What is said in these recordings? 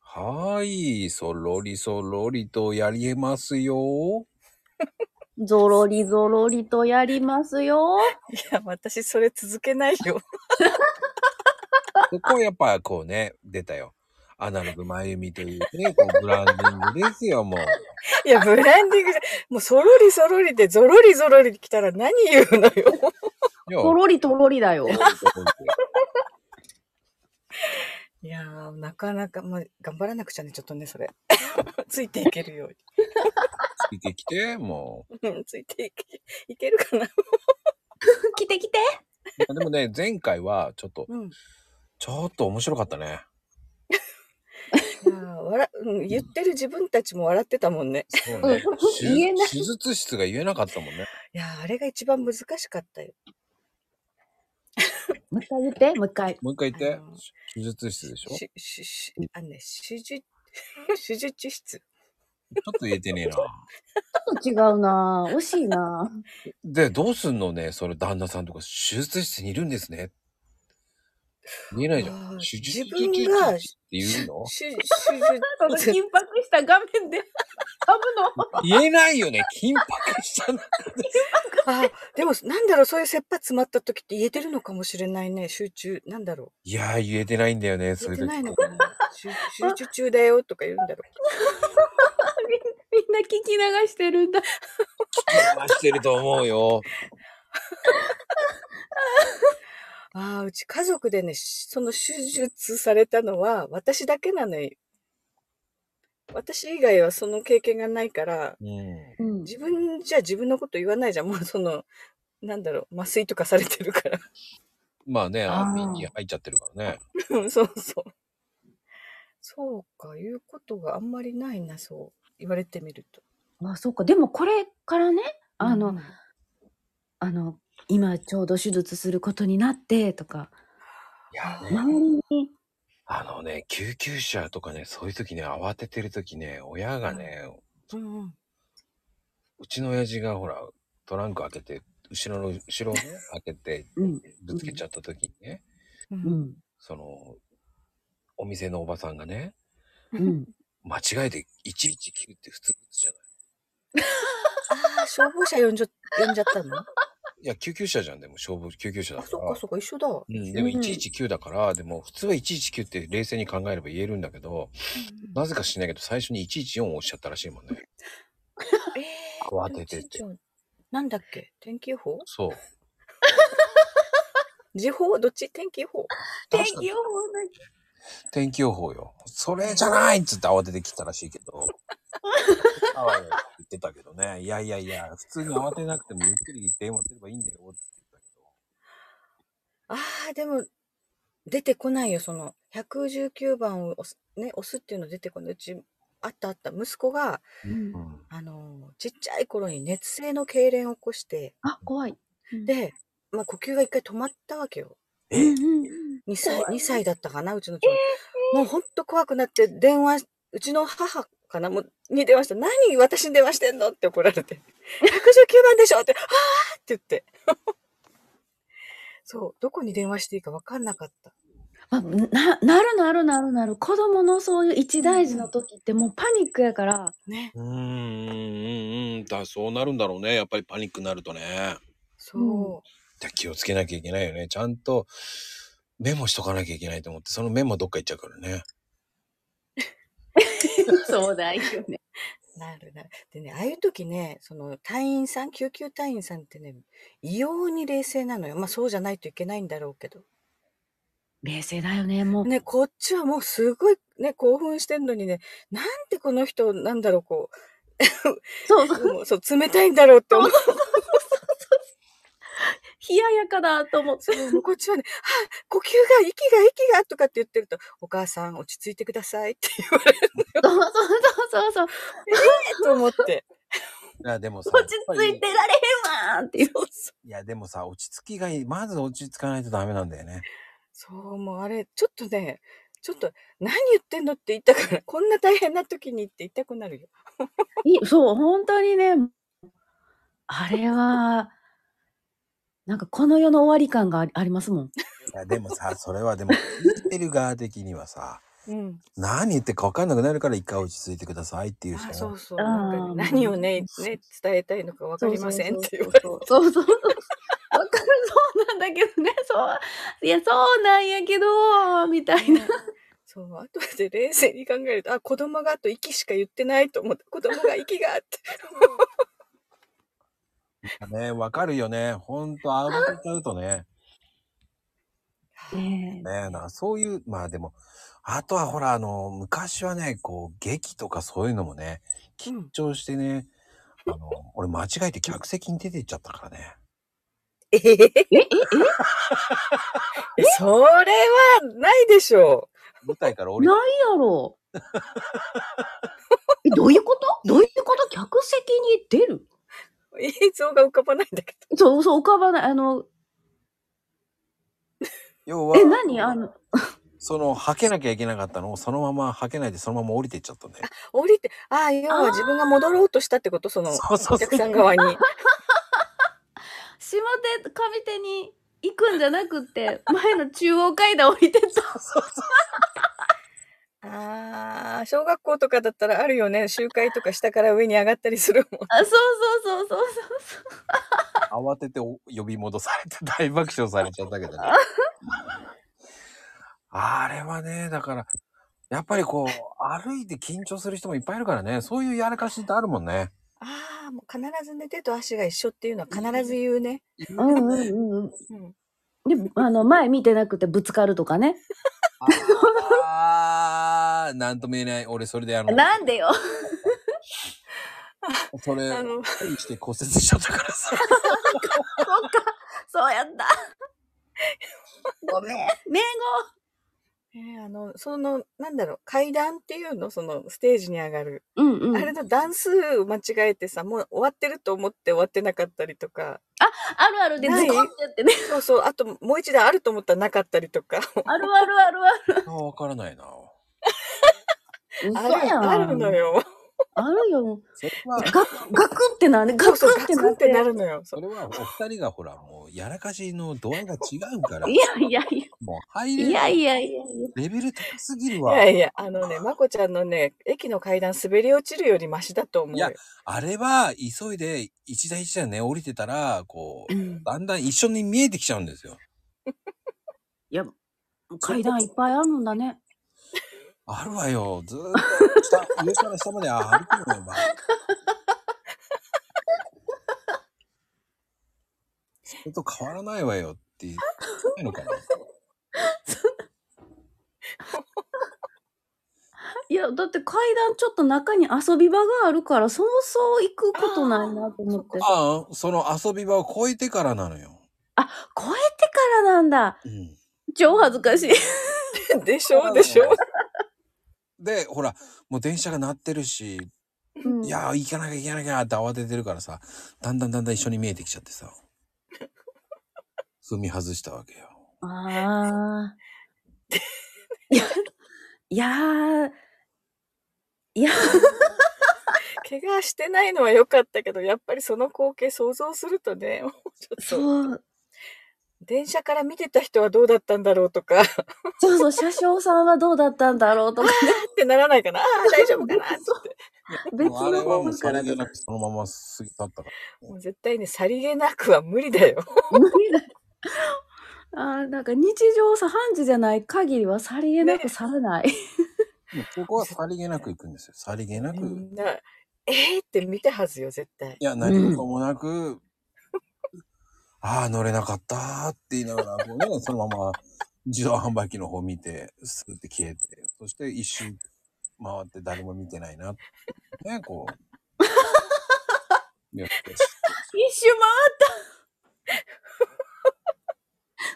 はい。そろりそろりとやりますよ。ぞろりぞろりとやりますよ。いや、私それ続けない よ。ここはやっぱこうね、出たよ。アナログまゆみというね、こうブランディングですよ、もう。いや、ブランディングじゃ、もうそろりそろりで、ぞろりぞろり来たら何言うのよ。いやとろりとろりだよ。いやー、なかなか、まあ、頑張らなくちゃね、ちょっとね、それ。ついていけるようついてきて、もう。に。 うんついていけ、いけるかな。 来て来て。いやでもね、前回はちょっと、うん。ちょっと面白かったね。笑、うん、言ってる自分たちも笑ってたもんね。そうねうん手術言えない手術室が言えなかったもんね。いやー、あれが一番難しかったよ。もう一回言って、もう一回。もう一回言ってあのー、手術室でしょちし、し、し、あのね、手 術、手術室。ょっと言えてねえな。ちょっと違うなぁ惜しいなぁで、どうすんのね、それ旦那さんとか、手術室にいるんですね。言えないじゃあん。ー手術自分が手術って言うの手手その術緊迫した画面 で噛むの。言えないよね。緊迫したな。あでも、なんだろう、そういう切羽詰まった時って言えてるのかもしれないね、集中。なんだろいやー、言えてないんだよね、う。言そえれてで。ないのかな。 集集中中だよとか言うんだろみんな聞き流してるんだ。回してると思うよ。う。ああ、うち家族でね、しその手術されたのは私だけなのよ。私以外はその経験がないから、うん。うん。自分じゃ自分のこと言わないじゃん。もうその、なんだろう、麻酔とかされてるから。まあね、あー安眠に入っちゃってるからね。うんそうそう。そうか、言うことがあんまりないな、そう。言われてみると。あ、そうか。でもこれからね、あの、うん、あの、今ちょうど手術することになってとか、いやね、周りに、あのね、救急車とかね、そういう時ね、慌ててる時ね、親がね、うんうんうちの親父がほら、トランク開けて、後ろの、後 ろをね、開けて、うん、ぶつけちゃった時にね、ううんん、その、お店のおばさんがね、 うん。間違えて119って普通じゃない。ああ、消防車呼んじゃ呼んじゃったのあ、いや、救急車じゃん、でも消防、救急車だかそっらか。そっか、一緒だ。うん、でもうん119だから、でも普通は119って冷静に考えれば言えるんだけど、なぜか知んないけど、最初に114を押しちゃったらしいもんね。え慌ててて。。なんだっけ天気予報そう。時報どっち天気予報天確か気予報だけ天気予報よ。それじゃないっつって慌ててきたらしいけど。 あわよって言ってたけどね。いやいやいや、普通に慌てなくてもゆっくり電話すればいいんだよって言ったけど。ああ、でも、出てこないよ、その、119番を押す,、ね、押すっていうの出てこない。うち、あったあった。息子が、うんうん。あのー、ちっちゃい頃に熱性の痙攣を起こして、あ、怖い。うん、で、まあ、呼吸が一回止まったわけよ。うんえうん2歳、2歳だったかな、うちの長男。もうほんと怖くなって、電話、うちの母かな、もう、に電話した。何私に電話してんのって怒られて。119番でしょって、ああって言って。 そう、どこに電話していいか分かんなかった。あななるなるなるなる子供のそういう一大事の時ってもうパニックやからね。うーん、うん、うん。だそうなるんだろうね。やっぱりパニックになるとね。そう。で気をつけなきゃいけないよね。ちゃんとメモしとかなきゃいけないと思って、そのメモどっか行っちゃうからね。 そうだよねなるなる。でね、ああいう時ね、その隊員さん、救急隊員さんってね、異様に冷静なのよ。まあそうじゃないといけないんだろうけど。冷静だよねもう、ね、こっちはもうすごいね、興奮してんのにね、なんでこの人、なんだろう、こそうそうう、もうそう、冷たいんだろうって思う。冷ややかだと思ってそうもうこっちはね、はあ、呼吸が、息が、息が、とかって言ってると、お母さん、落ち着いてくださいって言われるそうそうそうそうそう と思って。いや、でもさ、落ち着いてられへんわーっていうそうそう。いや、でもさ、落ち着きがいい。まず落ち着かないとダメなんだよね。そう、もうあれ、ちょっとね、ちょっと、何言ってんのって言ったから、こんな大変な時にって言いたくなるよ。いそう本当にねあれはなんかこの世の終わり感がありありますもんい や、でもさ、それはでも、聞いてる側的にはさ、うん。何言ってるか分かんなくなるから一回落ち着いてくださいっていうしかあないそうそう。あーなんかね何をね、ね、伝えたいのかわかりませんって言われて。そうそうそうそう。わかる、そうなんだけどね、そう。いや、そうなんやけど、みた いな。そう、後で冷静に考えると、あ、子供があと息しか言ってないと思って、子供が息があって。ね、分かるよね。ほんと、ああ向けちゃうとね。ねねえな、そういう、まあでも、あとはほら、あの、昔はね、こう、劇とかそういうのもね、緊張してね、あの、俺間違えて客席に出て行っちゃったからね。ええ え。え、え、それはないでしょ舞台から降え、りなてん、やろ う。え、どういうことどういうこと客席に出るう。映像が浮かばないんだけそう、そう、浮かばない。あの、要はえ、、何あの、その、吐けなきゃいけなかったのを、そのまま吐けないで、そのまま降りていっちゃったんだよ。ど。降りて、ああ、要は自分が戻ろうとしたってことその、そうそうそおう客さん側 に。下手、上手に行くんじゃなく って、前の中央階段降りてった。ああ、小学校とかだったらあるよね。集会とか下から上に上がったりするもん。あ、そうそうそうそうそうそう。慌ててお呼び戻され て大爆笑されちゃったけどね。あれはね、だから、やっぱりこう、歩いて緊張する人もいっぱいいるからね、そういうやらかしってあるもんね。ああ、もう必ず寝てと足が一緒っていうのは必ず言うね。うんうんうん。うん。で、あの、前見てなくてぶつかるとかね。ああ、なんとも言えない。俺、それであの、なんでよ。それ、あの 恋して骨折しちゃったからさ。そっか、そうやった。ごめん。名えーあの、その、なんだろう、階段っていうのその、ステージに上がる。護。うんうん。ああれの段数間違えてさ、もう終わってると思って終わってなかったりとか。るあるでなズいコンってやってね。そうそう、あともう一段あると思ったらなかったりとか。あるあるあるある。あわからないな。嘘あるやん。あるの。よ。あるよ。それは、ガク、ガクってなんで、そガうクそう、ガってクなンんってで。なるのよ。そそうれはお二人がほら、もう、やらかしの度合いが違うから、いやいやいもう入や。れいやないいやいやいや。レベル高すぎるいわ。やいや、あのね、まこちゃんのね、駅の階段滑り落ちるよりマシだと思うよ。いあれは、急いで、一台一台ね、降りてたら、こう、うんだんだん一緒に見えてきちゃうんですよ。いや、階段いっぱいあるんだね。あるわよ。ずーっと下、上から下まであ歩くのよ。まあそれと変わらないわよって言ってないのか な。いや、だって階段ちょっと中に遊び場があるから、そうそう行くことないなと思って。あ、ああ、その遊び場を越えてからなのよ。超えてからなんだ。うん、超恥ずかしい。 でしょでしょで、ほら、もう電車が鳴ってるし、うんいやー、行かなきゃ行かなきゃって慌ててるからさ、だんだんだんだん一緒に見えてきちゃって さ、踏み外したわけよ。ああ。 いや、いやー、いや、怪我してないのは良かったけど、やっぱりその光景想像するとね、もうちょっと、そう、電車から見てた人はどうだったんだろうとか、っそうそう、車掌さんはどうだったんだろう とか、てならないかな、あー大丈夫か なって言って。別もうあれのはホもうームそかれらじとゃかなくてそのまま過ぎ去ったから。もう絶対ね、さりげなくは無理だよ。無理だ。 あーなんか日常茶飯事じゃない限りはさりげなくされない。もうここはさりげなく行くんですよ。さりげなく。みいんな、えーって見たはずよ、絶対。や、何事もなく、ああ、乗れなかったーって言いながら、こうね、そのまま自動販売機の方見て、スーって消えて、そして一周回って誰も見てないなって。ね、こう。よしよし一周回った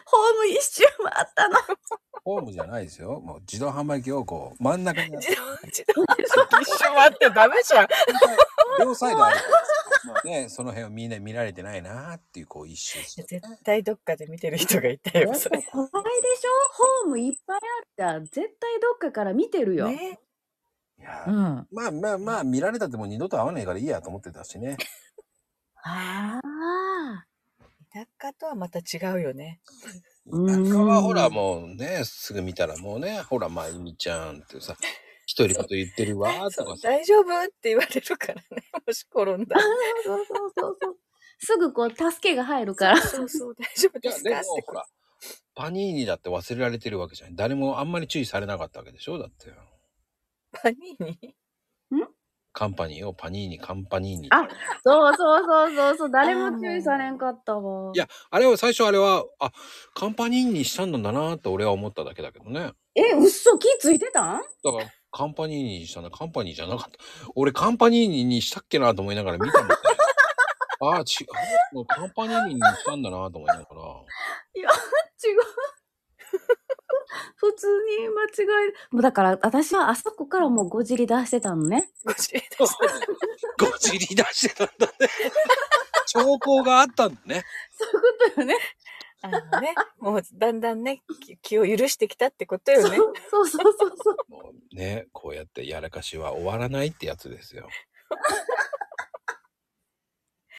ホーム一周回ったの。ホームじゃないですよ。もう自動販売機をこう、真ん中にやって自動、自動、一緒待ってダメじゃん。両サイドあるから。まあね、その辺をみんな見られてないなーっていう、こう一周して。絶対どっかで見てる人がいたよ、それ。これでしょホームいっぱいあるじゃん絶対どっかから見てるよ。ね、いやーうん。あまあまあまあ、見られたってもう二度と会わないからいいやと思ってたしね。あー。田舎とはまた違うよね。うん他はほらもうね、すぐ見たらもうね、ほら、まゆみちゃんって さ、一人ごと言ってるわーとかさ、大丈夫って言われるからね。 もし転んだあ。そうそうそうそう。すぐこう、助けが入るから。そうそう、大丈夫いでや、すでもかってほら、パニーニだって忘れられてるわけじゃない。誰もあんまり注意されなかったわけでしょだって。パニーニカンパニーをパニーニ、カンパニーニ。あそうそうそうそうそう。誰も注意されんかったわ。いや、あれは最初あれは、あ、カンパニーニにしたんだなーって俺は思っただけだけどね。え、嘘気ついてたんだから、カンパニーニにしたんだ、カンパニーじゃなかった。俺、カンパニーニにしたっけなと思いながら見たんだよ。ああ、違う。カンパニーニにしたんだなと思いながら。違う。 普通に間違え、もうだから私はあそこからもうごじり出してたのね。ご知恵だごじり出してたんだね。兆候があったんだね。そういうことよね。あのね、もうだんだんね、気気を許してきたってことよね。そうそうそうそう。もうね、こうやってやらかしは終わらないってやつですよ。